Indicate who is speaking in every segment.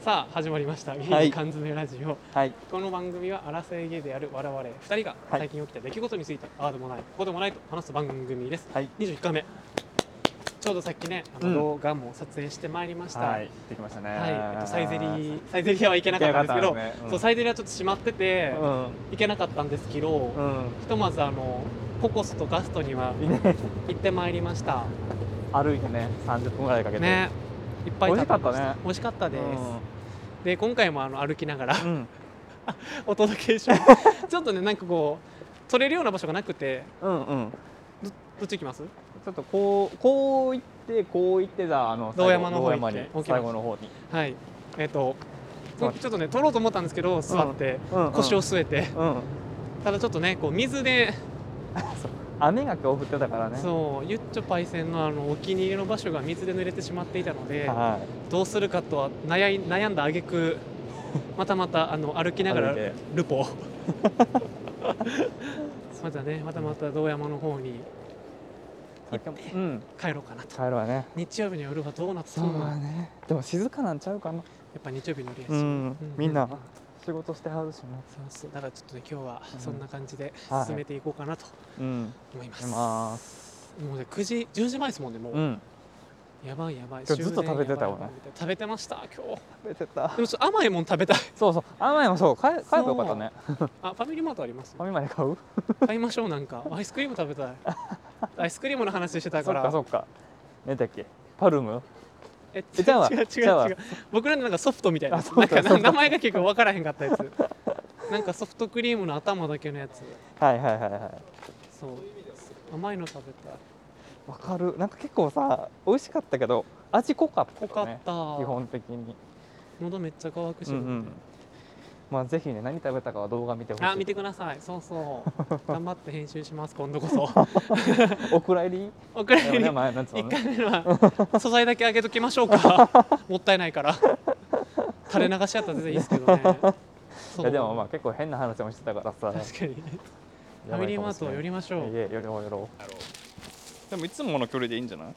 Speaker 1: さあ始まりました「ゲイ
Speaker 2: は
Speaker 1: の
Speaker 2: い
Speaker 1: 缶詰ラジオ」
Speaker 2: はい、
Speaker 1: この番組は荒瀬ゲイである我々2人が
Speaker 2: はい
Speaker 1: 最近起きた出来事について、ああでもないこうでもないと話す番組です
Speaker 2: はい、
Speaker 1: 21回目ちょうどさっきねあの
Speaker 2: うん
Speaker 1: 動画も撮影してまいりました、
Speaker 2: はい、できましたね。
Speaker 1: はい、えっと、サイゼリーサイゼリアは行けなかったんですけど
Speaker 2: 行けなかったですねうん
Speaker 1: そうサイゼリアちょっと閉まってて、行けなかったんですけど、
Speaker 2: うん、
Speaker 1: ひとまずあのココスとガストには
Speaker 2: うん、いいね、
Speaker 1: 行ってまいりました
Speaker 2: 歩いてね、三十分ぐらいかけて。
Speaker 1: ねいっぱい食べま
Speaker 2: 美味しかったね
Speaker 1: 美味しかったです、
Speaker 2: う
Speaker 1: で今回もあの歩きながら
Speaker 2: ん、うん、
Speaker 1: お届けし ますちょっとねなんかこう取れるような場所がなくて
Speaker 2: うん、うん、
Speaker 1: どどっち行きます
Speaker 2: ちょっとこう、こう行って、こう行ってだ、あの、最後
Speaker 1: 堂山の方行って起き
Speaker 2: 堂
Speaker 1: ま
Speaker 2: に、
Speaker 1: す
Speaker 2: 最後の方に。
Speaker 1: はいえっ、と
Speaker 2: そう
Speaker 1: 僕ちょっとね取ろうと思ったんですけど座って、
Speaker 2: うんうん
Speaker 1: 腰を据えて
Speaker 2: うん、
Speaker 1: ただちょっとねこう水で
Speaker 2: 雨が今日降ってたからね。
Speaker 1: そうゆっちょパイセンのあのお気に入りの場所が水で濡れてしまっていたので
Speaker 2: はい。
Speaker 1: どうするかとは悩い悩んだ挙 句またまたあの歩きながら
Speaker 2: 歩いて
Speaker 1: ル ポまたねまたまた堂山の方に
Speaker 2: うん、
Speaker 1: 帰ろうかなと
Speaker 2: 帰るわね。
Speaker 1: 日曜日の夜はどうなってた
Speaker 2: そう
Speaker 1: のかな
Speaker 2: だ
Speaker 1: や
Speaker 2: ね。でも静かなんちゃうかな。
Speaker 1: っぱ日曜日の夜やし、
Speaker 2: うん
Speaker 1: う、
Speaker 2: みんな仕事してはるしね。
Speaker 1: そうそうだからちょっとね今日は
Speaker 2: うん
Speaker 1: そんな感じで
Speaker 2: はい
Speaker 1: 進めていこうかなと
Speaker 2: うん、
Speaker 1: 思います、
Speaker 2: 行きます。
Speaker 1: もうね9時10時前ですもんねもう、
Speaker 2: うん、
Speaker 1: やばいやばい
Speaker 2: 今日ずっと食べてた
Speaker 1: 終電や
Speaker 2: よね
Speaker 1: ばいやばい食べてました今日
Speaker 2: 食べて
Speaker 1: で。
Speaker 2: た
Speaker 1: もちょっと甘いもん食べたい
Speaker 2: そうそう、甘いもそう、買え、買えばよかったね。
Speaker 1: あファミリーマートあります
Speaker 2: ファミマで買う。
Speaker 1: 買いましょうなんかアイスクリーム食べたいアイスクリームの話してた
Speaker 2: そ
Speaker 1: か
Speaker 2: っ
Speaker 1: ら
Speaker 2: かそっか何だっけパルム
Speaker 1: え違
Speaker 2: えちゃうわ
Speaker 1: う違う
Speaker 2: ちゃうわ
Speaker 1: 違う違う僕らのなんかソフトみたいなやつ
Speaker 2: あ
Speaker 1: なん
Speaker 2: そう
Speaker 1: か
Speaker 2: か
Speaker 1: な名前が結構分からへんかったやつなんかソフトクリームの頭だけのやつ
Speaker 2: はいはいはいはい
Speaker 1: そう甘いの食べたい
Speaker 2: わかるなんか結構さ美味しかったけど味濃かった
Speaker 1: 濃か
Speaker 2: よ
Speaker 1: っ
Speaker 2: ね
Speaker 1: た
Speaker 2: 基本的に
Speaker 1: 喉めっちゃ乾くし、
Speaker 2: うんうんまあぜひね何食べたかは動画見てほしい
Speaker 1: あ見てくださいそうそう 頑張って編集します今度こそ
Speaker 2: お蔵入り
Speaker 1: お蔵
Speaker 2: だよ
Speaker 1: 入り
Speaker 2: ね前のやつ
Speaker 1: 一
Speaker 2: もね
Speaker 1: 回目 は素材だけ上げときましょうかもったいないから垂れ流しやったら全然いいですけどね
Speaker 2: い
Speaker 1: そう
Speaker 2: やでもまあ結構変な話もしてたから
Speaker 1: 確
Speaker 2: さ
Speaker 1: かにファミリーマートを寄りましょう
Speaker 2: いえ寄ろう寄ろうでもいつもの距離でいいんじゃない
Speaker 1: い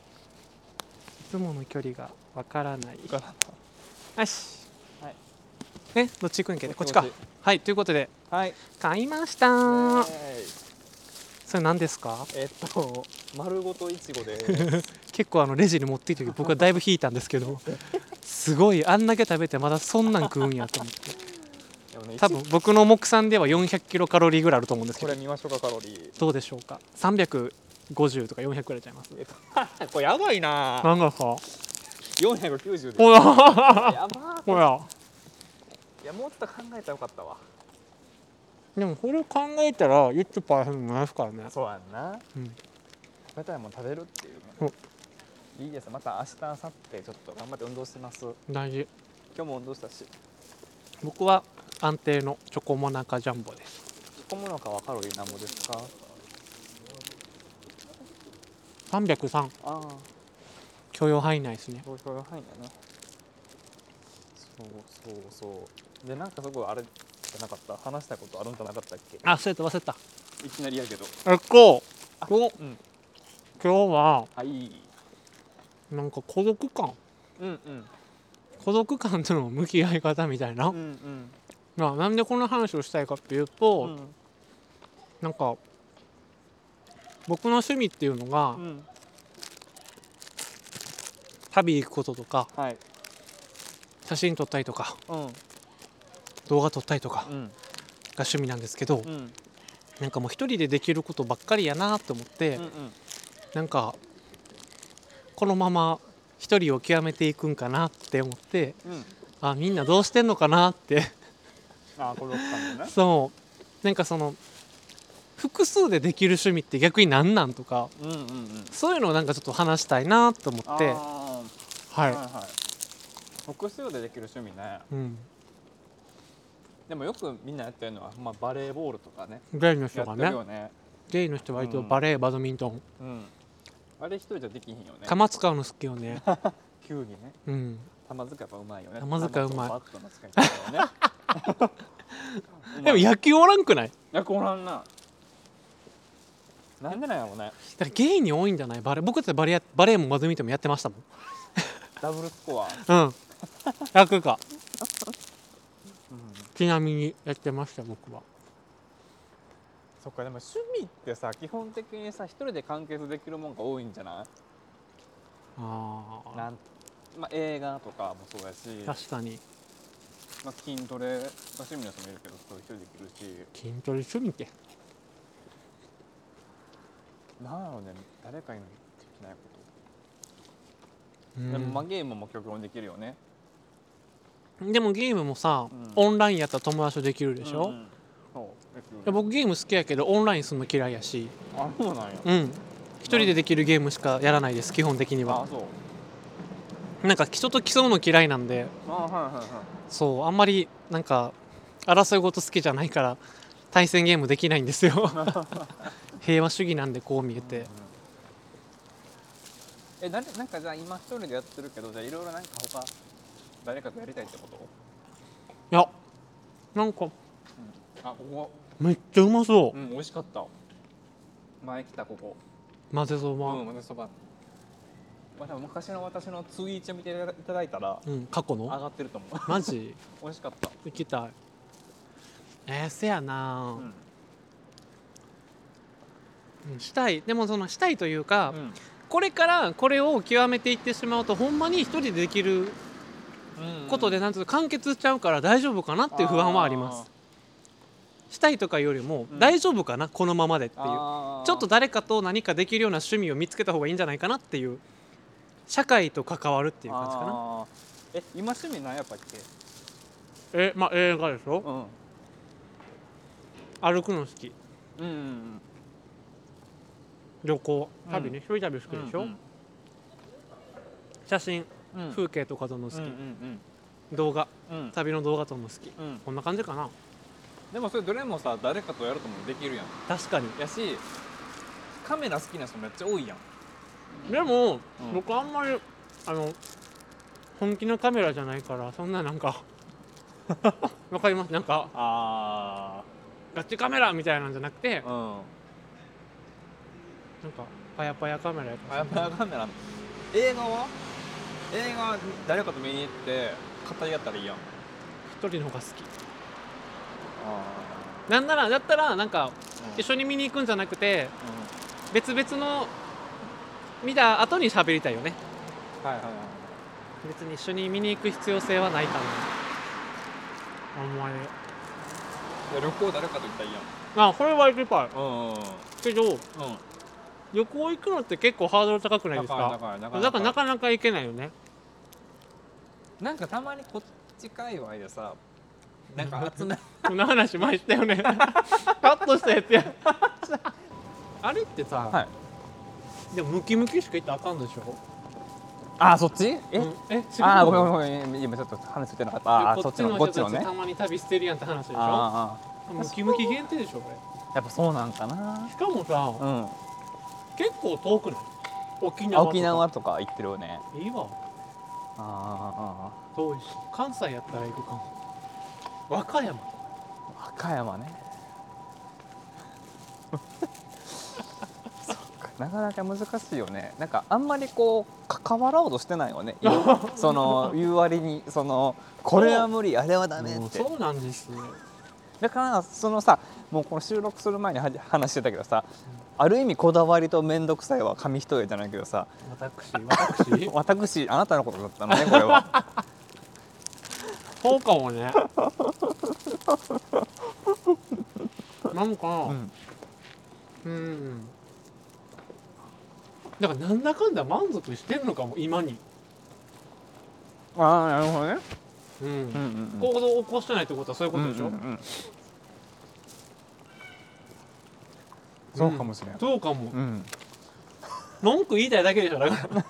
Speaker 1: つもの距離がわからない
Speaker 2: からな
Speaker 1: よし、
Speaker 2: はい
Speaker 1: ねどっち行くんけねこ
Speaker 2: こ
Speaker 1: っ
Speaker 2: っ
Speaker 1: ち
Speaker 2: ち
Speaker 1: か
Speaker 2: こっち
Speaker 1: はいということで
Speaker 2: はい
Speaker 1: 買いましたーそれ何ですか
Speaker 2: えーえっと丸ごといちごです
Speaker 1: 結構あのレジに持っていく時僕はだいぶ引いたんですけ どすごいあんだけ食べてまだそんなん食うんやと思って
Speaker 2: でもね
Speaker 1: 多分僕の目算では400キロカロリーぐらいあると思うんですけ
Speaker 2: こ
Speaker 1: ど
Speaker 2: れ見ましょうかカロリー
Speaker 1: どうでしょうか350とか400ぐらいちゃいます
Speaker 2: えっとこれやばいな
Speaker 1: なんだか
Speaker 2: 490です
Speaker 1: ほら
Speaker 2: やば
Speaker 1: ほら
Speaker 2: いやもうちょっと考えたらよかったわ
Speaker 1: でもこれを考えたらゆっちょぱい変ないですからね
Speaker 2: そうやんな
Speaker 1: うん
Speaker 2: 食べたいもん食べるっていうねいいですまた明日明後日ちょっと頑張って運動してます今
Speaker 1: 大事
Speaker 2: 日も運動したし
Speaker 1: 僕は安定のチョコモナカジャンボです
Speaker 2: 小物かはカロリーなんぼですか
Speaker 1: 303
Speaker 2: ああ
Speaker 1: 許容範囲内ですね
Speaker 2: 投票が入んだなそうそうそうでなんかすごいあれじゃなかった話したことあるんじゃなかったっけ
Speaker 1: あ忘れた忘れた
Speaker 2: いきなりやけど
Speaker 1: えっと
Speaker 2: あ
Speaker 1: お
Speaker 2: うん
Speaker 1: 今日は
Speaker 2: はい
Speaker 1: なんか孤独感
Speaker 2: うんうん
Speaker 1: 孤独感との向き合い方みたいな、
Speaker 2: うんうん
Speaker 1: まあ、なんでこの話をしたいかっていうと、
Speaker 2: うん
Speaker 1: なんか僕の趣味っていうのが、
Speaker 2: うん
Speaker 1: 旅行くこととか
Speaker 2: はい
Speaker 1: 写真撮ったりとか
Speaker 2: うん
Speaker 1: 動画撮ったりとかが
Speaker 2: うん
Speaker 1: 趣味なんですけど、
Speaker 2: うん
Speaker 1: なんかもう一人でできることばっかりやなと思って、
Speaker 2: うんうん
Speaker 1: なんかこのまま一人を極めていくんかなって思って
Speaker 2: うん
Speaker 1: あみんなどうしてんのかなって
Speaker 2: ああ、これを使うんだね。
Speaker 1: そうなんかその複数でできる趣味って逆になんなんとか
Speaker 2: うんうんうん。
Speaker 1: そういうのをなんかちょっと話したいなと思
Speaker 2: あ
Speaker 1: って
Speaker 2: あ
Speaker 1: は、
Speaker 2: はいいはい。複数でできる趣味ね。
Speaker 1: うん
Speaker 2: でもよくみんなやってるのは、まあ、バレーボールとかね。
Speaker 1: ゲイの
Speaker 2: や
Speaker 1: 人
Speaker 2: っ
Speaker 1: が
Speaker 2: てる
Speaker 1: ね
Speaker 2: よね。
Speaker 1: ゲイの人は割と
Speaker 2: うん
Speaker 1: バレエバドミントン、
Speaker 2: うん。あれ一人じゃできひんよね。
Speaker 1: 玉使うの好きよ ね
Speaker 2: 球技ね。
Speaker 1: うん
Speaker 2: 玉塚やっぱうまいよね。
Speaker 1: 玉塚うまい
Speaker 2: 玉とバットの使い方 がね。
Speaker 1: でも
Speaker 2: いや、
Speaker 1: 野球おらんくない
Speaker 2: こらんな。なんでなんやろうね。
Speaker 1: だからゲイに多いんじゃないバレー僕だってバレエバレエもバドミントンもやってましたもん
Speaker 2: ダブルスコア。
Speaker 1: うん楽か月並みにやってました僕は
Speaker 2: そっかでも趣味ってさ基本的にさ一人で完結できるもんが多いんじゃない
Speaker 1: あ
Speaker 2: な
Speaker 1: あ
Speaker 2: ん、まあ、映画とかもそうやし、
Speaker 1: 確かに
Speaker 2: まあ、筋トレが趣味の人もいるけどそういう人できるし
Speaker 1: 筋トレ趣味って
Speaker 2: なんだろうね誰かにできないこ
Speaker 1: う
Speaker 2: と、でもまあ
Speaker 1: ん
Speaker 2: ゲームも極論できるよね
Speaker 1: でもゲームもさ、
Speaker 2: うん
Speaker 1: オンラインやったら友達とできるでしょ、
Speaker 2: うん
Speaker 1: い
Speaker 2: うんそうできる
Speaker 1: や僕ゲーム好きやけどオンラインするの嫌いやし
Speaker 2: あそうなんや
Speaker 1: うん一人でできるゲームしかやらないです基本的に
Speaker 2: あ
Speaker 1: は
Speaker 2: そう
Speaker 1: なんか人と競うの嫌いなんで
Speaker 2: あはいはいはい
Speaker 1: そうあんまりなんか争い事好きじゃないから対戦ゲームできないんです よ平和主義なんでこう見え
Speaker 2: うんう
Speaker 1: て
Speaker 2: んえななんかじゃあ今一人でやってるけどじゃあいろいろなんか他誰かとやりたいってこと、
Speaker 1: いやなんか
Speaker 2: あここ
Speaker 1: めっちゃうまそうう、
Speaker 2: ん美味しかった前来たここ
Speaker 1: 混ぜそば、
Speaker 2: うん混ぜそばまあ、多分昔の私のツイート見ていただいたら
Speaker 1: うん、過去
Speaker 2: 上
Speaker 1: の
Speaker 2: がってると思う
Speaker 1: マジ
Speaker 2: 美味しかった
Speaker 1: 行きたいえー、せやな
Speaker 2: う、ん
Speaker 1: うんしたいでもそのしたいというか、
Speaker 2: うん
Speaker 1: これからこれを極めていってしまうとほんまに一人でできることでなんと完結しちゃうから大丈夫かなっていう不安はありますしたいとかよりも
Speaker 2: うん
Speaker 1: 大丈夫かな、このままでっていう
Speaker 2: あー
Speaker 1: ちょっと誰かと何かできるような趣味を見つけた方がいいんじゃないかなっていう社会と関わるっていう感じかな
Speaker 2: あーえ今趣味なんやったっけ
Speaker 1: えまあ映画でしょ
Speaker 2: うんうん
Speaker 1: 歩くの好き
Speaker 2: うんうん
Speaker 1: 旅行
Speaker 2: うん
Speaker 1: 旅ね、一人旅好きでしょ、
Speaker 2: うん
Speaker 1: 写真
Speaker 2: うん
Speaker 1: 風景とかとの好き、
Speaker 2: うんうん
Speaker 1: 動画
Speaker 2: うんうん
Speaker 1: 旅の動画との好き
Speaker 2: うん
Speaker 1: こんな感じかな
Speaker 2: でもそれどれもさ誰かとやるともできるやん
Speaker 1: 確かに
Speaker 2: やしカメラ好きな人めっちゃ多いやん
Speaker 1: でも、
Speaker 2: うん
Speaker 1: 僕あんまりあの本気のカメラじゃないからそんななん かわかりますなんか
Speaker 2: あ
Speaker 1: ガチカメラみたいなんじゃなくて
Speaker 2: うん
Speaker 1: なんかパヤパヤカメラやから
Speaker 2: あやっぱカメラ映画は映画誰かと見に行って語り合ったらいいやん
Speaker 1: 一人の方が好
Speaker 2: あ
Speaker 1: きなんならだったらなんか
Speaker 2: ー
Speaker 1: 一緒に見に行くんじゃなくて
Speaker 2: うんうん
Speaker 1: 別々の見た後に喋りたいよね
Speaker 2: はいはいはい
Speaker 1: 別に一緒に見に行く必要性はないかなあんまり
Speaker 2: いや旅行誰かと行ったらいいやん
Speaker 1: あこれは行きたい
Speaker 2: うんうん
Speaker 1: けど
Speaker 2: うん
Speaker 1: 旅行行くのって結構ハードル高くないですか
Speaker 2: だからだ
Speaker 1: だからなかなか行けないよね
Speaker 2: なんかたまにこっち界隈でさなんか集め
Speaker 1: この話前した よねカットしたやつや あれってさ、
Speaker 2: はい
Speaker 1: でもムキムキしか行ったらあかんでしょ
Speaker 2: あそっちえ
Speaker 1: うんえ違う
Speaker 2: あーごめん
Speaker 1: ん
Speaker 2: ごめんごめん今ちょっと話してなかったあーそ
Speaker 1: こ
Speaker 2: っ
Speaker 1: っ
Speaker 2: ち
Speaker 1: ち
Speaker 2: の
Speaker 1: の
Speaker 2: こ
Speaker 1: 人
Speaker 2: っちの
Speaker 1: たち
Speaker 2: ね
Speaker 1: たまに旅してるやんって話でしょ
Speaker 2: あーあ
Speaker 1: ムキムキ限定でしょこれ
Speaker 2: ーやっぱそうなんかな
Speaker 1: しかもさ、
Speaker 2: うん
Speaker 1: 結構遠くない沖
Speaker 2: あ
Speaker 1: 縄とか
Speaker 2: 沖縄とか行ってるよね
Speaker 1: いいわ
Speaker 2: あ
Speaker 1: 遠いし関西やったら行くかも和歌山
Speaker 2: あ和歌山ねそっかなかなか難しいよねなんかあんまりこう関わろうとしてないよ ねその言う割にそのこれは無理あれはダメ
Speaker 1: も
Speaker 2: っ
Speaker 1: う
Speaker 2: て
Speaker 1: そうなんですね
Speaker 2: だからそのさもうこの収録する前には話してたけどさある意味こだわりと面倒くさいは紙一重じゃないけどさ
Speaker 1: 私 私
Speaker 2: 私あなたのことだったのねこれ は
Speaker 1: そうかもねなんか、
Speaker 2: うん
Speaker 1: うんだからなんだかんだ満足してんのかも今に、
Speaker 2: ああなるほどね
Speaker 1: うん
Speaker 2: うんうんうん
Speaker 1: 行動を起こしてないってことはそういうことでしょ、
Speaker 2: うんうんうんそうかもしれん、
Speaker 1: そうかも、
Speaker 2: うん、
Speaker 1: 文句言いたいだけでしょだから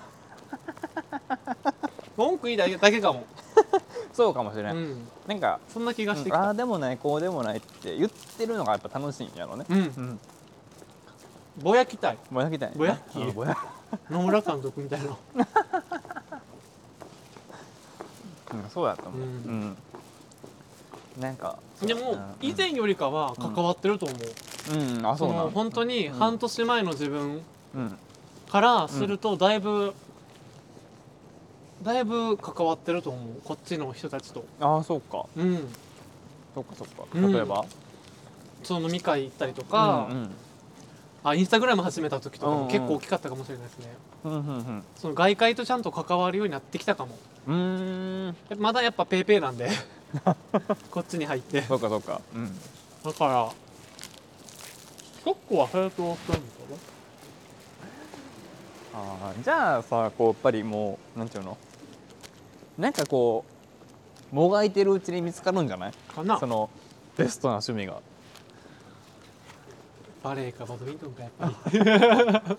Speaker 1: 文句言いたいだけかも、
Speaker 2: そうかもしれん、
Speaker 1: うん、
Speaker 2: なんか、
Speaker 1: そんな気がしてき
Speaker 2: うんあ
Speaker 1: た、
Speaker 2: あでもないこうでもないって言ってるのがやっぱ楽しいんやろね
Speaker 1: うん、
Speaker 2: うん
Speaker 1: ぼやきたい
Speaker 2: ぼやきたいね
Speaker 1: ぼやき
Speaker 2: うんぼや
Speaker 1: 野村監督みたいな
Speaker 2: うんそうやと思う、う
Speaker 1: うんん
Speaker 2: なんか
Speaker 1: でも
Speaker 2: うん
Speaker 1: 以前よりかは関わってると思う、
Speaker 2: うん、あそうな
Speaker 1: の
Speaker 2: の
Speaker 1: 本当に半年前の自分
Speaker 2: うん
Speaker 1: からするとだいぶ、だいぶ関わってると思うこっちの人たちと
Speaker 2: ああそうか
Speaker 1: うん
Speaker 2: そっかそっか
Speaker 1: うん
Speaker 2: 例えば、
Speaker 1: その飲み会行ったりとか、
Speaker 2: うん
Speaker 1: あインスタグラム始めた時とか
Speaker 2: うんう
Speaker 1: も
Speaker 2: ん
Speaker 1: 結構大きかったかもしれないですね、
Speaker 2: うんうんうん
Speaker 1: その外界とちゃんと関わるようになってきたかも
Speaker 2: うんうーん
Speaker 1: まだやっぱペイペイ なんでこっちに入って
Speaker 2: そっかそっかうん
Speaker 1: だから結構は早く終わったんですかね
Speaker 2: あーじゃあさこうやっぱりもうなんていうのなんかこうもがいてるうちに見つかるんじゃない
Speaker 1: かな
Speaker 2: そのベストな趣味が
Speaker 1: バレエかバドミントンかやっぱり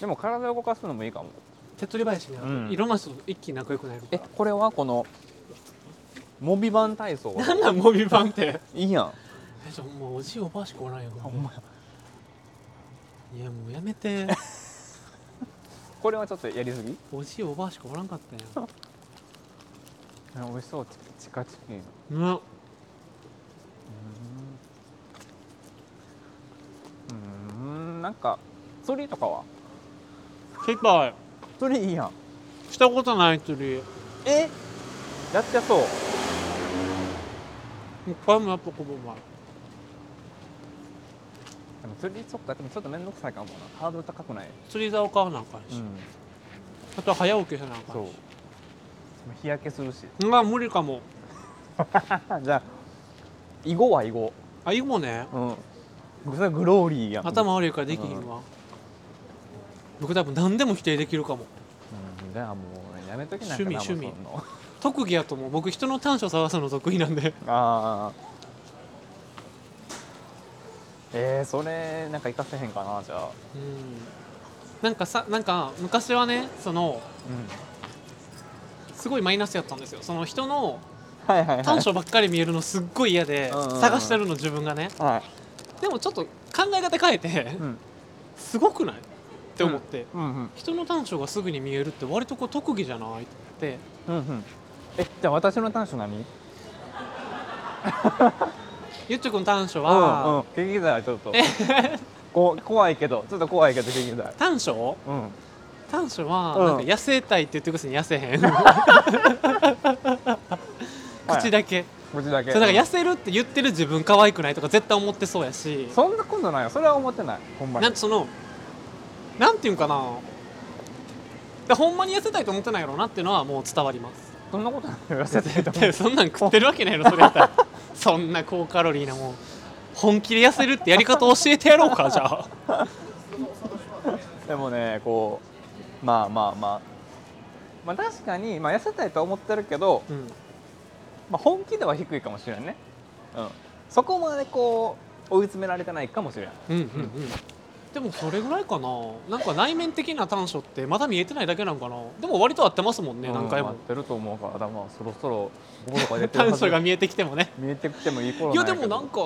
Speaker 2: でも体を動かすのもいいかも
Speaker 1: 手っ取り早いしね、
Speaker 2: うん
Speaker 1: いろんな人と一気に仲良くなれるか
Speaker 2: え
Speaker 1: ら
Speaker 2: これはこのモビバン体操
Speaker 1: なんなんモビバンって
Speaker 2: いいやん
Speaker 1: えじゃあもうおじいおばあしかおらんよ
Speaker 2: ほんまや
Speaker 1: いやもうやめて
Speaker 2: これはちょっとやりすぎ
Speaker 1: おじいおばあしかおらんかったや
Speaker 2: 美味しそうチカチキン
Speaker 1: んな
Speaker 2: うんうんなんか釣りとかは
Speaker 1: 世界
Speaker 2: 釣りいいやん
Speaker 1: したことない釣り
Speaker 2: えやってそう
Speaker 1: いっぱいもやっぱこぼま
Speaker 2: でも釣りそっかでもちょっと面倒くさいかもなハードル高くない
Speaker 1: 釣り竿買わなあかんし、
Speaker 2: ん
Speaker 1: あとは早起きしなあか
Speaker 2: そうん
Speaker 1: し
Speaker 2: 日焼けするし
Speaker 1: うまあ無理かも
Speaker 2: じゃあ囲碁は囲碁
Speaker 1: あいいもね
Speaker 2: うんそれグローリーやん
Speaker 1: 頭悪いからできひんわ、僕多分何でも否定できるかも
Speaker 2: うんじゃあもうやめときな
Speaker 1: 趣味趣味
Speaker 2: 味の
Speaker 1: 特技やと思う僕人の短所探すの得意なんで
Speaker 2: ああえー、それなんか活かせへんかなじゃあ
Speaker 1: うんなんかさなんか昔はねその
Speaker 2: うん
Speaker 1: すごいマイナスやったんですよその人の
Speaker 2: はいはいはい
Speaker 1: 短所ばっかり見えるのすっごい嫌で
Speaker 2: うんうんうん
Speaker 1: 探してるの自分がね
Speaker 2: は
Speaker 1: でもちょっと考え方変えて
Speaker 2: い、うん、
Speaker 1: すごくないって思って、
Speaker 2: うんうん
Speaker 1: 人の短所がすぐに見えるって割とこう特技じゃないって
Speaker 2: うんうんえじゃあ私の短所何
Speaker 1: ゆっちょくん短所
Speaker 2: うんう
Speaker 1: は、
Speaker 2: ん劇剤はちょっとこ怖いけどちょっと怖いけど劇剤
Speaker 1: 短所
Speaker 2: うん
Speaker 1: 短所は、
Speaker 2: うん
Speaker 1: なんか痩せたいって言ってくせに痩せ へん口だけ、
Speaker 2: 口だけ
Speaker 1: そうだから痩せるって言ってる自分可愛くないとか絶対思ってそうやし
Speaker 2: そんなことないよそれは思ってないほんまに
Speaker 1: なんかそのなんていうんかなでほんまに痩せたいと思ってないやろうなっていうのはもう伝わります
Speaker 2: そんなことないよ痩せてると思
Speaker 1: で そんなん食ってるわけないやろそれやった らそんな高カロリーなもん本気で痩せるってやり方教えてやろうかじゃあ
Speaker 2: うでもねこうまあまあまあまあ確かに、まあ、痩せたいとは思ってるけど、
Speaker 1: うん
Speaker 2: まあ、本気では低いかもしれんね、うん、そこまでこう追い詰められてないかもしれん
Speaker 1: うんうんうんでもそれぐらいかななんか内面的な短所ってまだ見えてないだけなんかなでも割と合ってますもんね何回
Speaker 2: や
Speaker 1: も
Speaker 2: ってると思うからだからまあそろ そろ心が出てるは
Speaker 1: 短
Speaker 2: ず
Speaker 1: 所が見えてきてもね
Speaker 2: 見えてきてもいい頃
Speaker 1: いや
Speaker 2: ん
Speaker 1: で
Speaker 2: け
Speaker 1: も
Speaker 2: ど
Speaker 1: なんか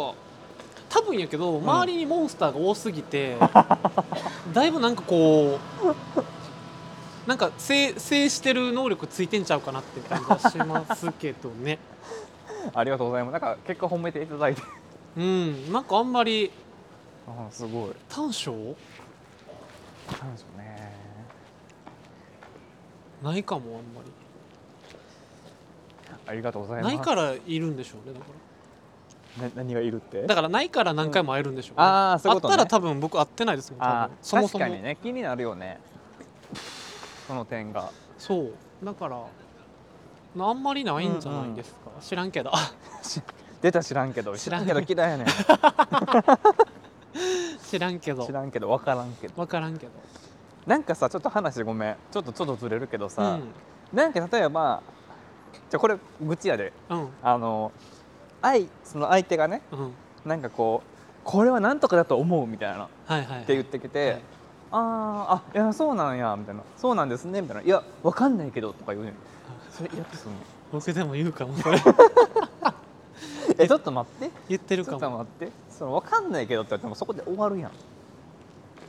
Speaker 1: 多分やけど周りにモンスターが多すぎ て、だいぶなんかこうなんか制制してる能力ついてんちゃうかなって感じはしますけど ね
Speaker 2: ありがとうございますなんか結果褒めていただいて
Speaker 1: うんなんかあんまり
Speaker 2: ああすごい
Speaker 1: 短所
Speaker 2: なんでしょうね
Speaker 1: ないかもあんま
Speaker 2: ありがとうござい
Speaker 1: り
Speaker 2: ます
Speaker 1: ないからいるんでしょうねだか
Speaker 2: な何がいるって
Speaker 1: らだからないから何回も会えるんでしょうね、
Speaker 2: うんあーそういうこと
Speaker 1: 会
Speaker 2: ね
Speaker 1: ったら多分僕会ってないですもん多
Speaker 2: あ
Speaker 1: 分
Speaker 2: ー
Speaker 1: そもそも
Speaker 2: 確かにね気になるよねその点が
Speaker 1: そうだからあんまりないんじゃないですか、知らんけど
Speaker 2: 出た知らんけど知らんけど嫌いや ねん
Speaker 1: 知らんけど
Speaker 2: 知らんけど分からんけど
Speaker 1: 分からんけど
Speaker 2: なんかさちょっと話ごめんちょっとちょっとずれるけどさ、
Speaker 1: う
Speaker 2: なんか例えばじゃあこれ愚痴やで
Speaker 1: んうん
Speaker 2: あの相その相手がね
Speaker 1: うん
Speaker 2: なんかこうこれはなんとかだと思うみたいなっ
Speaker 1: はいはいはい
Speaker 2: て言ってきて、
Speaker 1: はい
Speaker 2: あーあいやそうなんやみたいなそうなんですねみたいないやわかんないけどとか言うねんそれイラッとするの
Speaker 1: 僕でも言うかもそれ
Speaker 2: えちょっと待って
Speaker 1: 言ってる
Speaker 2: ちょ
Speaker 1: か
Speaker 2: っと
Speaker 1: も
Speaker 2: 待ってその分かんないけどって言われてもそこで終わるやんい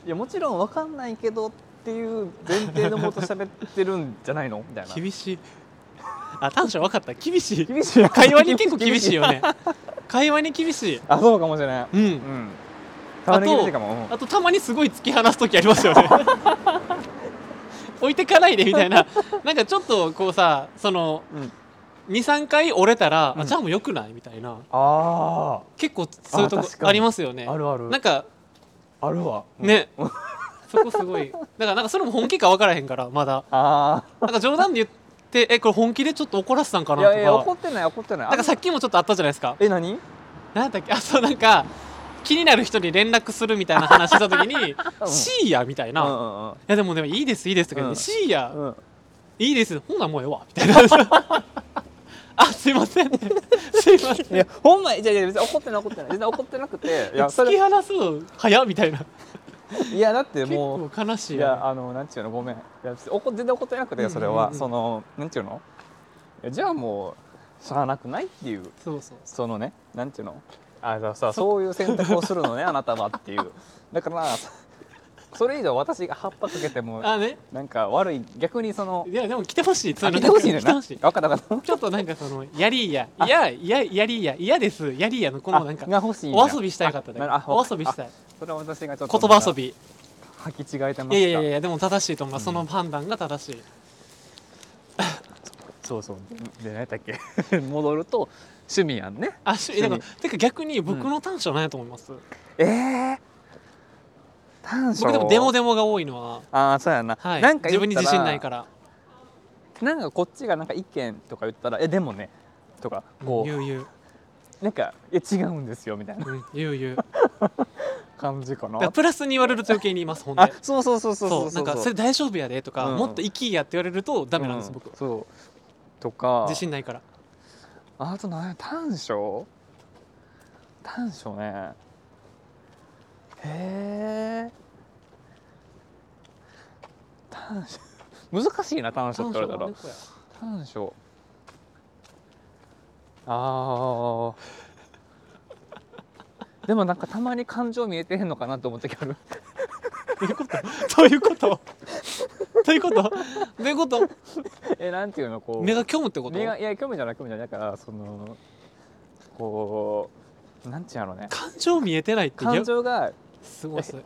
Speaker 2: やもちろん分かんないけどっていう前提のもと喋ってるんじゃないのみたいな
Speaker 1: 厳しいあ短所分かった厳しい
Speaker 2: 厳しい
Speaker 1: 会話に結構厳しいよね会話に厳しい
Speaker 2: あそうかもしれない
Speaker 1: うん、
Speaker 2: うんたまに厳しいかもうん
Speaker 1: あとたまにすごい突き放す時ありますよね 置いてかないでみたいななんかちょっとこうさその
Speaker 2: うん
Speaker 1: 23回折れたら、
Speaker 2: う
Speaker 1: あ
Speaker 2: ん
Speaker 1: じゃあもうよくないみたいな
Speaker 2: あ
Speaker 1: 結構そういうとこ
Speaker 2: あ確かに
Speaker 1: ありますよね
Speaker 2: ーあるある
Speaker 1: なんか
Speaker 2: あるわ、うん
Speaker 1: ね、そこすごいだからなんかそれも本気か分からへんからまだ
Speaker 2: あ
Speaker 1: なんか冗談で言ってえこれ本気でちょっと怒らせたんか
Speaker 2: あい
Speaker 1: なとか
Speaker 2: やいや怒ってない怒ってない
Speaker 1: なんかさっきもちょっとあったじゃないですか
Speaker 2: え何
Speaker 1: なんだっけあ そうなんか気になる人に連絡するみたいな話した 時に「
Speaker 2: ん
Speaker 1: シーや」みたいな「い
Speaker 2: うん
Speaker 1: やでもでもいいですいいです」とか言って「
Speaker 2: うん
Speaker 1: シーや」
Speaker 2: うんうんうん
Speaker 1: いいですほんならもうええわ」みたいな 「あすいま せんね」すいません
Speaker 2: いやほんまいやいや別に怒ってない怒ってない全然怒ってなくていやそ
Speaker 1: 突き
Speaker 2: れ
Speaker 1: 放すの早っみたいない
Speaker 2: やだって
Speaker 1: 結
Speaker 2: もう
Speaker 1: 構悲しい
Speaker 2: い
Speaker 1: よね
Speaker 2: やあのなんていうのごめんいや別に怒全然怒ってなくてそれは、
Speaker 1: うんうんうん
Speaker 2: そのなんていうのいやじゃあもうしゃあなくないっていう
Speaker 1: そうそう
Speaker 2: そのねなんていうのあだからさそういう選択をするのねあなたはっていうだからそれ以上私が葉っぱかけても
Speaker 1: あね
Speaker 2: なんか悪い逆にその
Speaker 1: いやでも来てほしい
Speaker 2: あ来てほしいねん
Speaker 1: 来て
Speaker 2: な
Speaker 1: ほしい
Speaker 2: 分かった分かっ
Speaker 1: ちょっとなんかその「やりや」「いやいややりや」「いやです」「やりや」のこ
Speaker 2: た
Speaker 1: のなんか
Speaker 2: あが欲しいんや
Speaker 1: お遊びしたいかったね
Speaker 2: あなるあ
Speaker 1: お遊びしたい
Speaker 2: それは私がちょっと
Speaker 1: 言葉遊び
Speaker 2: 履き違えてま
Speaker 1: いや
Speaker 2: す
Speaker 1: いやいやでも正しいと思う、その判断が正しい
Speaker 2: そうそうで何やったっけ 戻ると趣味やんね
Speaker 1: あし
Speaker 2: 趣
Speaker 1: だ
Speaker 2: 味
Speaker 1: からてか逆に僕の短所は何やと思います、
Speaker 2: ええ短所
Speaker 1: 僕でもデモデモが多いのは
Speaker 2: ああそうやな、
Speaker 1: はい
Speaker 2: なんか
Speaker 1: 自分に自信ない
Speaker 2: ら
Speaker 1: から
Speaker 2: なんかこっちがなんか意見とか言ったら「えでもね」とかこ
Speaker 1: 言う言う
Speaker 2: うなんか「え違うんですよ」みたいな
Speaker 1: うん言う 言う
Speaker 2: 感じか
Speaker 1: だから
Speaker 2: な
Speaker 1: プラスに言われると余計に言いますほんで
Speaker 2: あそうそうそうそう
Speaker 1: そう
Speaker 2: そう
Speaker 1: なんかそれ大丈夫やでとか、
Speaker 2: うん
Speaker 1: もっと生きやって言われるとダメなんです、
Speaker 2: う
Speaker 1: 僕
Speaker 2: そうとか
Speaker 1: 自信ないから
Speaker 2: あと何や短所短所ねへえ短所難しいな短所って言われたら
Speaker 1: 短所は
Speaker 2: 短所ああ でもなんかたまに感情見えてへんのかなと思った時ある
Speaker 1: どういうことどういうことどういうこと
Speaker 2: えなんていうのこう
Speaker 1: 目が虚無ってこと
Speaker 2: 目がいや興味じゃない興味じゃないだからそのこうなんていうんやろうね
Speaker 1: 感情見えてないっていや
Speaker 2: 感情が
Speaker 1: すごいすごい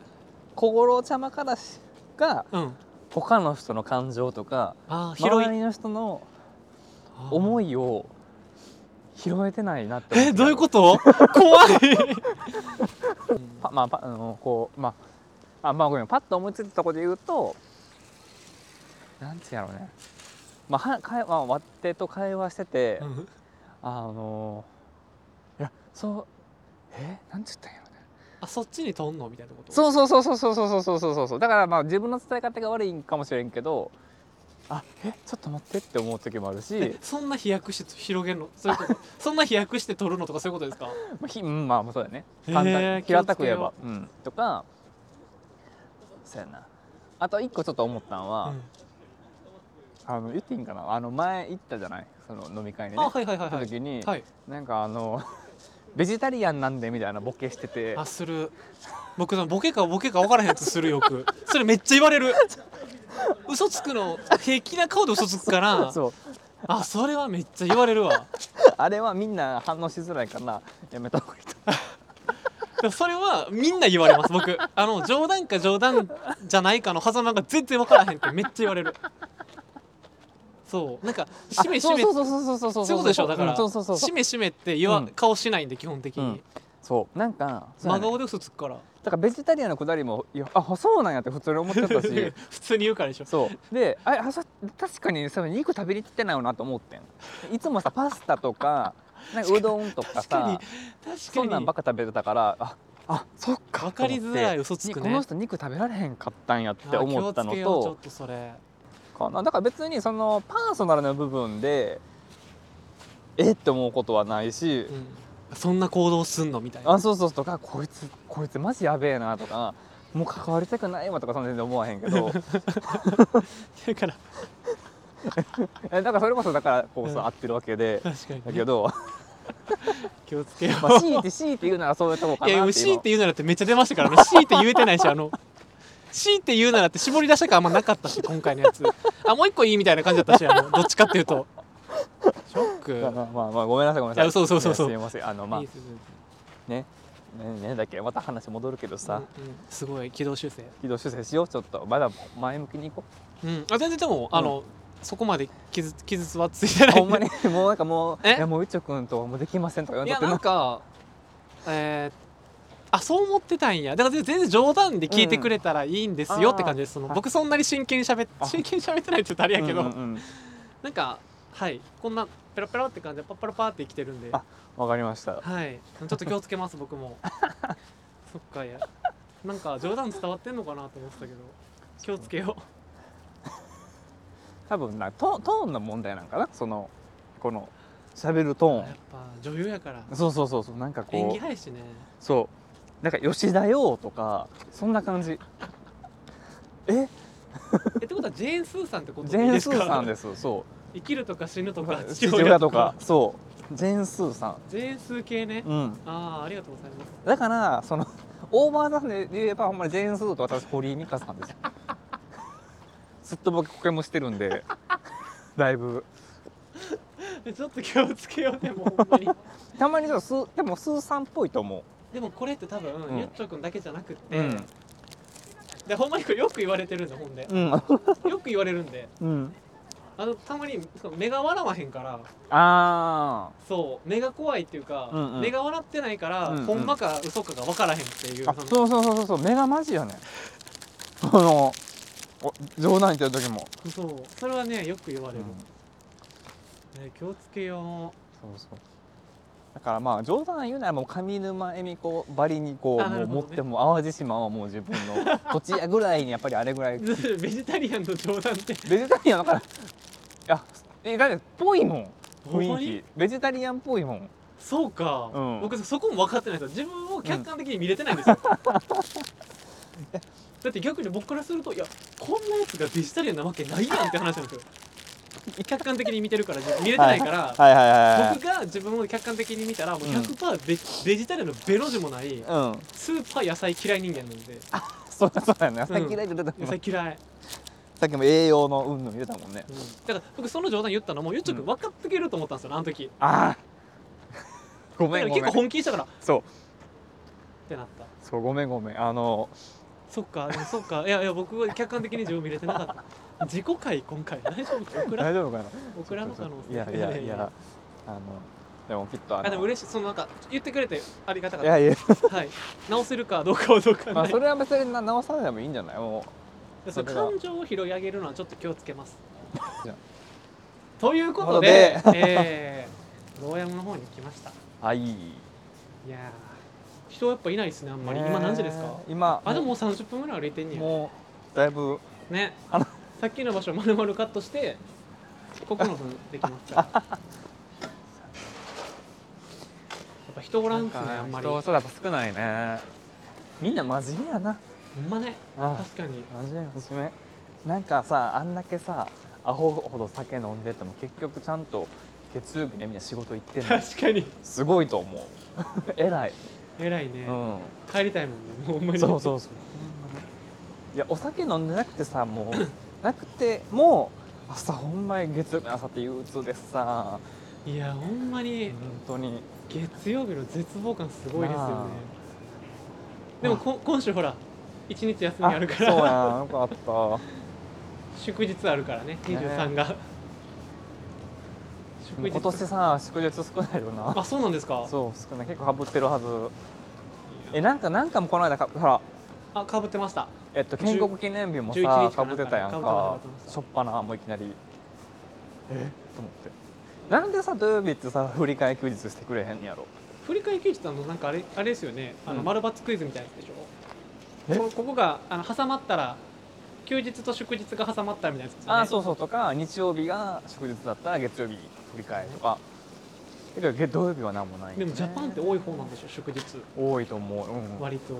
Speaker 2: 小五郎ちゃまからしが
Speaker 1: うん
Speaker 2: 他の人の感情とか
Speaker 1: ああ広
Speaker 2: 周
Speaker 1: い
Speaker 2: りの人の思
Speaker 1: い
Speaker 2: いを拾えてないなって思
Speaker 1: えどういう こと怖いうん
Speaker 2: パまあパあのこうまああまあごめんパッと思いついたところで言うとなんてやろうねまあは会話割ってと会話してて、
Speaker 1: うん
Speaker 2: あのいやそうえなんつったんやろね
Speaker 1: あそっちに飛んのみたいなこと
Speaker 2: そうそうそうそうそうそうそうそうそうそうだからまあ自分の伝え方が悪いんかもしれんけどあえちょっと待ってって思う時もあるし
Speaker 1: え、そんな飛躍して広げるのそういうことそんな飛躍して取るのとかそういうことですか
Speaker 2: まあ、ひうんまあそうだね
Speaker 1: へー
Speaker 2: 簡単、平たく言え
Speaker 1: 気を
Speaker 2: ば
Speaker 1: つ、
Speaker 2: うん、とかそうやなあと一個ちょっと思ったんは、
Speaker 1: うん
Speaker 2: あの言っていいんかなあの前行ったじゃないその飲み会にね
Speaker 1: あ
Speaker 2: 行っ
Speaker 1: はいはいはい
Speaker 2: た
Speaker 1: はい
Speaker 2: 時に、
Speaker 1: はい
Speaker 2: なんかあの ベジタリアンなんでみたいなボケしてて
Speaker 1: あする僕そのボケかボケか分からへんやつするよくそれめっちゃ言われる嘘つくの平気な顔で嘘つくから
Speaker 2: そう
Speaker 1: あそれはめっちゃ言われるわ
Speaker 2: あれはみんな反応しづらいからやめた方がいいと
Speaker 1: でもそれはみんな言われます僕あの冗談か冗談じゃないかの狭間が全然分からへんってめっちゃ言われるそうなんか「 しめしめ」
Speaker 2: あ
Speaker 1: そ
Speaker 2: そうそうそうそうそう
Speaker 1: ういうことでしょだから「
Speaker 2: うんそうそうそうそ
Speaker 1: し
Speaker 2: う
Speaker 1: めしめ」って言わ、
Speaker 2: うん
Speaker 1: 顔しないんで基本的に、
Speaker 2: うんそうなんかそうや
Speaker 1: 真
Speaker 2: ね
Speaker 1: 顔で嘘つくから
Speaker 2: だからベジタリアンのくだりもいやあそうなんやって普通に思ってたし
Speaker 1: 普通に言うからでしょ
Speaker 2: そうでああそ確かにそれ肉食べに行ってないよなと思ってんいつもさパスタとかなんかうどんとか
Speaker 1: 確かに
Speaker 2: さそ
Speaker 1: 確
Speaker 2: ん
Speaker 1: か
Speaker 2: なん
Speaker 1: に
Speaker 2: ばっか食べてたからああそっか
Speaker 1: 分かりづらい嘘つ
Speaker 2: に
Speaker 1: く
Speaker 2: こ
Speaker 1: ね
Speaker 2: の人肉食べられへんかったんやって
Speaker 1: あ
Speaker 2: 思ったの
Speaker 1: 気をつけようちょっ
Speaker 2: と
Speaker 1: とそれ
Speaker 2: かなだから別にそのパーソナルな部分でえって思うことはないし、
Speaker 1: うんそんな行動すんのみたいな
Speaker 2: あそうそうとかこいつこいつマジやべえなとかもう関わりたくないわとかそんな全然思わへんけど
Speaker 1: だから
Speaker 2: えだからそれこそだからこう
Speaker 1: うん
Speaker 2: さ合ってるわけで
Speaker 1: 確かにね、
Speaker 2: だけど
Speaker 1: 気をつけよう、
Speaker 2: まあ、強いて強いて言うならそういうとこか
Speaker 1: い
Speaker 2: な
Speaker 1: や
Speaker 2: っ
Speaker 1: もう
Speaker 2: て
Speaker 1: 強い
Speaker 2: 今
Speaker 1: て言うならってめっちゃ出ましたから ね強いて言えてないしあの強いて言うならって絞り出した感あんまなかったし今回のやつあもう一個いいみたいな感じだったし あのどっちかっていうとショック
Speaker 2: まあまあまあごめんなさいごめんなさ
Speaker 1: いや
Speaker 2: い
Speaker 1: そうそうそうそう
Speaker 2: いやすいませんあのまあ
Speaker 1: いいですね
Speaker 2: ねねねだっけまた話戻るけどさ、
Speaker 1: うんうんすごい軌道修正
Speaker 2: 軌道修正しようちょっとまだ前向きにいこ
Speaker 1: うんあ全然でもあの、そこまで傷傷つはついて ない
Speaker 2: ほんまにもうなんかもう「い
Speaker 1: え
Speaker 2: やもううちょくんとはもうできません」とか言わ
Speaker 1: い
Speaker 2: れ
Speaker 1: や
Speaker 2: て
Speaker 1: なんかえーあそう思ってたんやだから全然冗談で聞いてくれたらいいんですよって感じです、その
Speaker 2: あ
Speaker 1: 僕そんなに真剣にしゃべっ
Speaker 2: あ
Speaker 1: 真剣にしゃべってないって言ったらあれやけど、
Speaker 2: うんうんうん
Speaker 1: なんかはいこんなペラペラって感じでパッパラパーって生きてるんで
Speaker 2: あわかりました
Speaker 1: はいちょっと気をつけます僕 もそっかいやなんか冗談伝わってんのかなと思ってたけど気をつけよ
Speaker 2: 多分なトトーンの問題なんかなそのこの喋るト
Speaker 1: うや
Speaker 2: ー
Speaker 1: っぱ女優やから
Speaker 2: ンそうそうそうそうなんか
Speaker 1: 演技
Speaker 2: こう
Speaker 1: 派やしね
Speaker 2: そうなんか吉田羊とかそんな感じえ
Speaker 1: えってことはジェーン・スーさんってこと
Speaker 2: ジ
Speaker 1: でい
Speaker 2: ェ
Speaker 1: い
Speaker 2: ー
Speaker 1: で
Speaker 2: ン
Speaker 1: す
Speaker 2: ス
Speaker 1: か
Speaker 2: ーさんですそ
Speaker 1: 生きるとか死ぬとか
Speaker 2: う
Speaker 1: 父
Speaker 2: 父
Speaker 1: 親
Speaker 2: 親
Speaker 1: と
Speaker 2: と
Speaker 1: か
Speaker 2: かそうジェーンスーさん
Speaker 1: ジェーン・スー系ね
Speaker 2: うん
Speaker 1: ああありがとうございます
Speaker 2: だからその オーバーザさんで言えばほんまにジェーンスーと私堀井美香さんです ずっと僕こけもしてるんで だいぶ
Speaker 1: えちょっと気をつけようでもほん まに
Speaker 2: たまにちょっとスーでもスーさんっぽいと思
Speaker 1: でもこれって多分、
Speaker 2: ん
Speaker 1: ゆっちょくんだけじゃなくって、
Speaker 2: ううん
Speaker 1: でほんまにこれよく言われてるんでほんで
Speaker 2: うん
Speaker 1: よく言われるんで
Speaker 2: うん
Speaker 1: あのたまにその目が笑わへんから
Speaker 2: あ
Speaker 1: そう目が怖いっていうか、
Speaker 2: うんうん
Speaker 1: 目が笑ってないから、
Speaker 2: うんうん
Speaker 1: ほんまか嘘かが分からへんっていう
Speaker 2: ーあ
Speaker 1: その
Speaker 2: そうそうそうそうそう目がマジよねこのお冗談言ってる時も、
Speaker 1: そうそれはねよく言わ
Speaker 2: う
Speaker 1: れ
Speaker 2: ん
Speaker 1: る、ね気をつけよ
Speaker 2: そうそうだからまあ冗談言うならもう上沼恵美子ばりにこ
Speaker 1: あ
Speaker 2: う
Speaker 1: な
Speaker 2: も
Speaker 1: る
Speaker 2: う
Speaker 1: ほ
Speaker 2: 持
Speaker 1: ど
Speaker 2: っ
Speaker 1: ね
Speaker 2: ても淡路島はもう自分の土地やぐらいにやっぱりあれぐらいう
Speaker 1: ベジタリアンの冗談って
Speaker 2: ベジタリアンだからいやえだってっぽいもん
Speaker 1: ほんま
Speaker 2: 雰
Speaker 1: に
Speaker 2: 囲気ベジタリアンっぽいもん
Speaker 1: そうか、
Speaker 2: うん
Speaker 1: 僕そこも分かってないですよ自分を客観的に見れてないん ですよ、だって逆に僕からするといやこんなやつがベジタリアンなわけないやんって話なんですよ客観的に見てるから自分見れてないから、
Speaker 2: はいはいは
Speaker 1: 僕が自分を客観的に見たらもう
Speaker 2: うん
Speaker 1: 100%ベ,、ベジタリアンのベロジもない
Speaker 2: いはいうん
Speaker 1: スーパー野菜嫌い人間なんで
Speaker 2: そうだそうだよねさっき
Speaker 1: うん
Speaker 2: 出て
Speaker 1: 野
Speaker 2: たもんさ
Speaker 1: 菜嫌い、
Speaker 2: っきも栄養の云々入れたもんね
Speaker 1: うんだから僕その冗談言ったのもゆっちょくん
Speaker 2: うん
Speaker 1: 分かってけると思ったんですよあの時
Speaker 2: ああご
Speaker 1: だ
Speaker 2: め
Speaker 1: から
Speaker 2: んご
Speaker 1: 結構
Speaker 2: めん
Speaker 1: 本気にしたからっ
Speaker 2: そう
Speaker 1: てなった
Speaker 2: そうごめんごめんあの
Speaker 1: そっかでもそっかいやいや僕は客観的に自分見れてなか った自己回今回大丈夫かオクラ
Speaker 2: 大丈夫かな
Speaker 1: オクラの可能性
Speaker 2: いやいやいやあのでもきっとあの
Speaker 1: あでも嬉しいそのなんか言ってくれてありがたか
Speaker 2: い
Speaker 1: っ
Speaker 2: やいや、
Speaker 1: たはい直せるかどうかはどうか
Speaker 2: ま
Speaker 1: な
Speaker 2: あ、
Speaker 1: い
Speaker 2: それは別にな直さないでもいいんじゃないも
Speaker 1: でその
Speaker 2: それは
Speaker 1: 感情を拾い上げるのはちょっと気をつけます
Speaker 2: じゃあ
Speaker 1: ということでえー、牢屋の方に来ました
Speaker 2: うはい
Speaker 1: いやー人やっぱいないですねあんまり今何時ですか
Speaker 2: えー今
Speaker 1: あでももう30分ぐらい歩いてんねや
Speaker 2: もうだいぶ
Speaker 1: ね
Speaker 2: あの
Speaker 1: さっきの場所まるまるカットして9分できますから やっぱ人おらんっすねあんまりほ
Speaker 2: 人そうだやっぱ少ないねみんな真面目やなん
Speaker 1: まね
Speaker 2: あ
Speaker 1: 確かに
Speaker 2: 真面目真面目なんかさあんだけさアホほど酒飲んでても結局ちゃんと月曜日ねみんな仕事行って んの
Speaker 1: 確かに
Speaker 2: すごいと思う 偉い、
Speaker 1: 偉いね、
Speaker 2: うん
Speaker 1: 帰りたいもんねもうほんまに
Speaker 2: そうそうそういやお酒飲んでなくてさも うなくてもう朝ほんまに月曜日の朝って憂鬱でさ
Speaker 1: いやほんまに
Speaker 2: 本当に
Speaker 1: 月曜日の絶望感すごいですよね
Speaker 2: なあ
Speaker 1: でもこ今週ほら一日休み
Speaker 2: あ
Speaker 1: あるか
Speaker 2: そう
Speaker 1: ら
Speaker 2: やんよか った
Speaker 1: 祝日あるからね23が、祝日
Speaker 2: 今年さ祝日少ないよな
Speaker 1: あそうなんですか
Speaker 2: そう少ない結構かぶってるはずえなんかなんかもこの間かほら
Speaker 1: あかぶってました
Speaker 2: えっと建国記念日も
Speaker 1: 11日かな
Speaker 2: さかぶってたやん
Speaker 1: 被ってました被
Speaker 2: か
Speaker 1: ってました
Speaker 2: しょっぱなもういきなりえと思ってなんでさ土曜日ってさ振り替え休日してくれへんやろ
Speaker 1: 振り替え休日ってあのなんかあれあれですよねあの、
Speaker 2: うん
Speaker 1: 丸抜クイズみたいなやつでし
Speaker 2: え
Speaker 1: ょこここがあの挟まったら休日と祝日が挟まったみたいなやつですよね
Speaker 2: あそうそうとか日曜日が祝日だったら月曜日振り替えとかだけど月土曜日は何もないよね
Speaker 1: でもジャパンって多い方なんでしょ祝日
Speaker 2: 多いと思う、うん
Speaker 1: 割と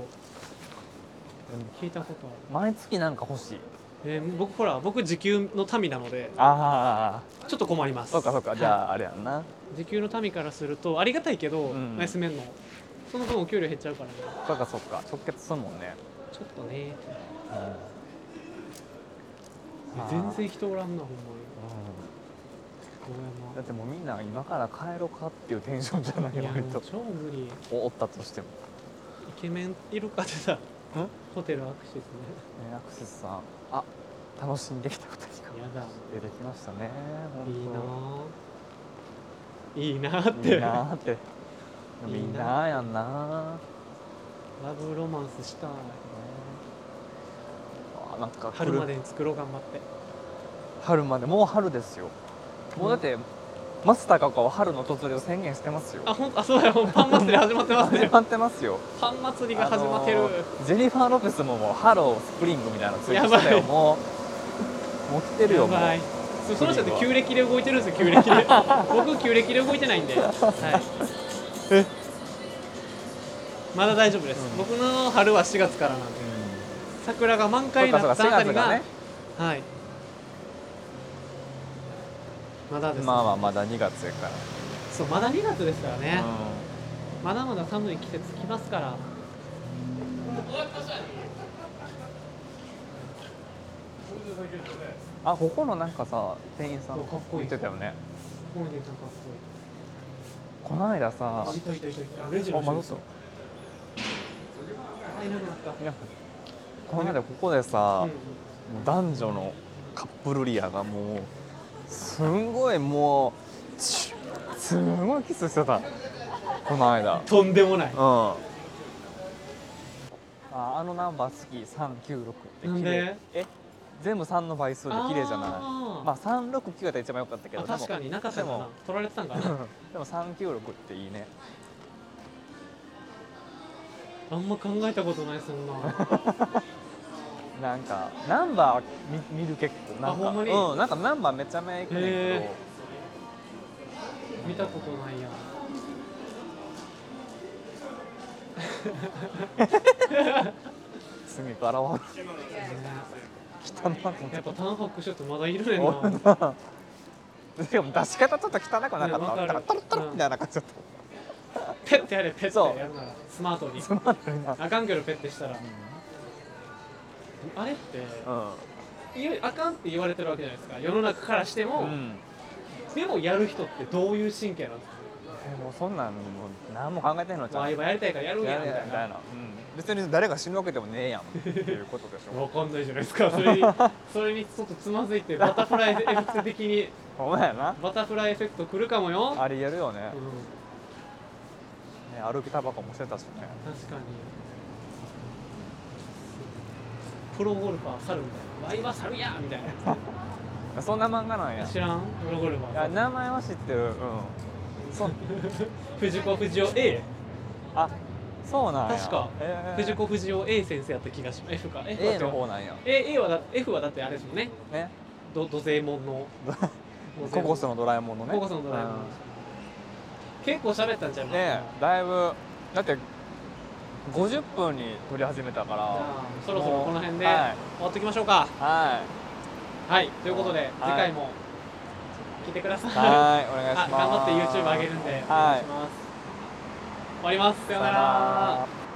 Speaker 1: 聞いたことある
Speaker 2: 毎月なんか欲しい
Speaker 1: えー僕ほら僕時給の民なので
Speaker 2: ああ
Speaker 1: ちょっと困ります
Speaker 2: そうかそうかじ
Speaker 1: は
Speaker 2: ゃああれやんな、
Speaker 1: い時給の民からするとありがたいけど、
Speaker 2: うん
Speaker 1: 休めんのその分お給料減っちゃうからね
Speaker 2: そうかそうか直結するもんね、
Speaker 1: ちょっとね
Speaker 2: うあー
Speaker 1: 全然人おらんなほんま
Speaker 2: ん
Speaker 1: に
Speaker 2: だってもうみんな今から帰ろうかっていうテンションじゃない
Speaker 1: 大山いや
Speaker 2: 割
Speaker 1: もう
Speaker 2: と
Speaker 1: 超無理イ
Speaker 2: おったとしても
Speaker 1: ケメンいるかってさホテル握手ですね
Speaker 2: ねアクセスさんあ楽しんできた2人が
Speaker 1: やだ
Speaker 2: 出てきましたね
Speaker 1: いいなぁいいなぁ
Speaker 2: 本
Speaker 1: っ
Speaker 2: 当
Speaker 1: て
Speaker 2: いいなーって
Speaker 1: いいな
Speaker 2: みんなやんな
Speaker 1: ラブロマンスしたい
Speaker 2: ーあなんか
Speaker 1: 春ま
Speaker 2: で
Speaker 1: でに作ろう頑張って
Speaker 2: 春までもう春ですよもうだって松たか子は春の突入を宣言してますよ
Speaker 1: あほんあそうだよパン祭り始まってます
Speaker 2: 始
Speaker 1: ね
Speaker 2: まってますよ
Speaker 1: パン祭りが始まってる、
Speaker 2: あのージェニファー・ロペスももうハロースプリングみたいなのツイー
Speaker 1: や
Speaker 2: ト
Speaker 1: ばい
Speaker 2: してたよもうもう来てるよ
Speaker 1: や
Speaker 2: もう
Speaker 1: ばいそうその人って旧暦で動いてるんですよ旧 暦で僕旧暦で動いてないんで、はい、
Speaker 2: え
Speaker 1: まだ大丈夫です、
Speaker 2: うん
Speaker 1: 僕の春は4月からなんで桜が満開
Speaker 2: そう
Speaker 1: に
Speaker 2: か
Speaker 1: な
Speaker 2: そうか
Speaker 1: ったあたり
Speaker 2: 4月
Speaker 1: が
Speaker 2: がね
Speaker 1: はいまだです、
Speaker 2: まあまあまだ2月やから、
Speaker 1: そうまだ2月ですからね、
Speaker 2: う
Speaker 1: まだまだ寒い季節来ますから
Speaker 2: んあここのなんかさ店員さん
Speaker 1: そうかっこい
Speaker 2: 言
Speaker 1: い
Speaker 2: ってたよね
Speaker 1: コーディネーターかっこ
Speaker 2: この間さあ
Speaker 1: いいいたいたいたいたレジの
Speaker 2: ま
Speaker 1: 後ろ
Speaker 2: どう
Speaker 1: に
Speaker 2: ぞ
Speaker 1: あいなくなった
Speaker 2: いやこの間ここでさ、
Speaker 1: うん
Speaker 2: もう男女のカップルリアがもうすんごいもうチュッすんごいキスしてたこの間
Speaker 1: とんでもない
Speaker 2: うんああのナンバー好き396って
Speaker 1: なんで
Speaker 2: え全部3の倍数で綺麗じゃない
Speaker 1: あー
Speaker 2: まあ369が一番良かったけど
Speaker 1: あ確かになかったか
Speaker 2: で
Speaker 1: な
Speaker 2: も
Speaker 1: 取られてたんか
Speaker 2: でも
Speaker 1: な
Speaker 2: でも396っていいね
Speaker 1: あんま考えたことないそんな
Speaker 2: なんかナンバー見見る結構なんか
Speaker 1: あほんまに
Speaker 2: うんなんかナンバーめちゃめちゃいくねんけ
Speaker 1: へ見たことないや
Speaker 2: ど隅からわ汚なと思っ
Speaker 1: やってぱタンパク質ってまだいるねん
Speaker 2: お
Speaker 1: な
Speaker 2: るなでも出し方ちょっと汚くなかった、
Speaker 1: ねわかる
Speaker 2: なんかトロトロみたいな感じだっ
Speaker 1: ペッてやれペ
Speaker 2: そ
Speaker 1: ッ
Speaker 2: う
Speaker 1: てやるならスマートに
Speaker 2: たつまんないな
Speaker 1: あかんけどペッてしたらあれっ
Speaker 2: う
Speaker 1: て
Speaker 2: ん
Speaker 1: いやあかんって言われてるわけじゃないですか世の中からしても、
Speaker 2: うん
Speaker 1: でもやる人ってどういう神経なんです
Speaker 2: えもうそんなんもう何も考えてへんのち
Speaker 1: か
Speaker 2: ゃ
Speaker 1: ワ
Speaker 2: う
Speaker 1: イワイやりたいからやるんや
Speaker 2: や
Speaker 1: み
Speaker 2: れや
Speaker 1: た
Speaker 2: み
Speaker 1: い
Speaker 2: た
Speaker 1: ない
Speaker 2: な、うん、別に誰が死ぬわけでもねえやんっていうことでしょ
Speaker 1: わかんないじゃないですかそれ にそれにちょっとつまずいてバタフライエフェクト的に
Speaker 2: ほんまやな
Speaker 1: バタフライエフェクト来るかもよ、
Speaker 2: ありえるよね
Speaker 1: う、ん
Speaker 2: ね歩きタバコもしてたしね
Speaker 1: 確かにプロゴルファー猿みたいな「ワイは猿や!」みたい
Speaker 2: そんな漫画なんや
Speaker 1: な知らんプロゴルファ
Speaker 2: いや
Speaker 1: ー
Speaker 2: 名前は知ってるうんそ
Speaker 1: 藤子不二雄 A
Speaker 2: あそうなんや
Speaker 1: 確か
Speaker 2: えー
Speaker 1: 藤子不二雄 A 先生やった気がします F か F だ
Speaker 2: A
Speaker 1: って
Speaker 2: の方なんや
Speaker 1: A, A はだ F はだってあれですもんね
Speaker 2: ね
Speaker 1: ど土星門の
Speaker 2: ココス
Speaker 1: の
Speaker 2: のドラえもんのね
Speaker 1: ココスのドラえもん結構喋ったんちゃい
Speaker 2: うん
Speaker 1: ます
Speaker 2: ねだいぶだって50分に撮り始めたから
Speaker 1: じゃあそろそろこの辺で
Speaker 2: は
Speaker 1: 終わっておきましょうか
Speaker 2: いは
Speaker 1: はいということで、
Speaker 2: はい
Speaker 1: 次回も聞いてくださ
Speaker 2: い
Speaker 1: い
Speaker 2: はいお願いします
Speaker 1: あ頑張って YouTube 上げるんで、お願いします。終わります。さようなら。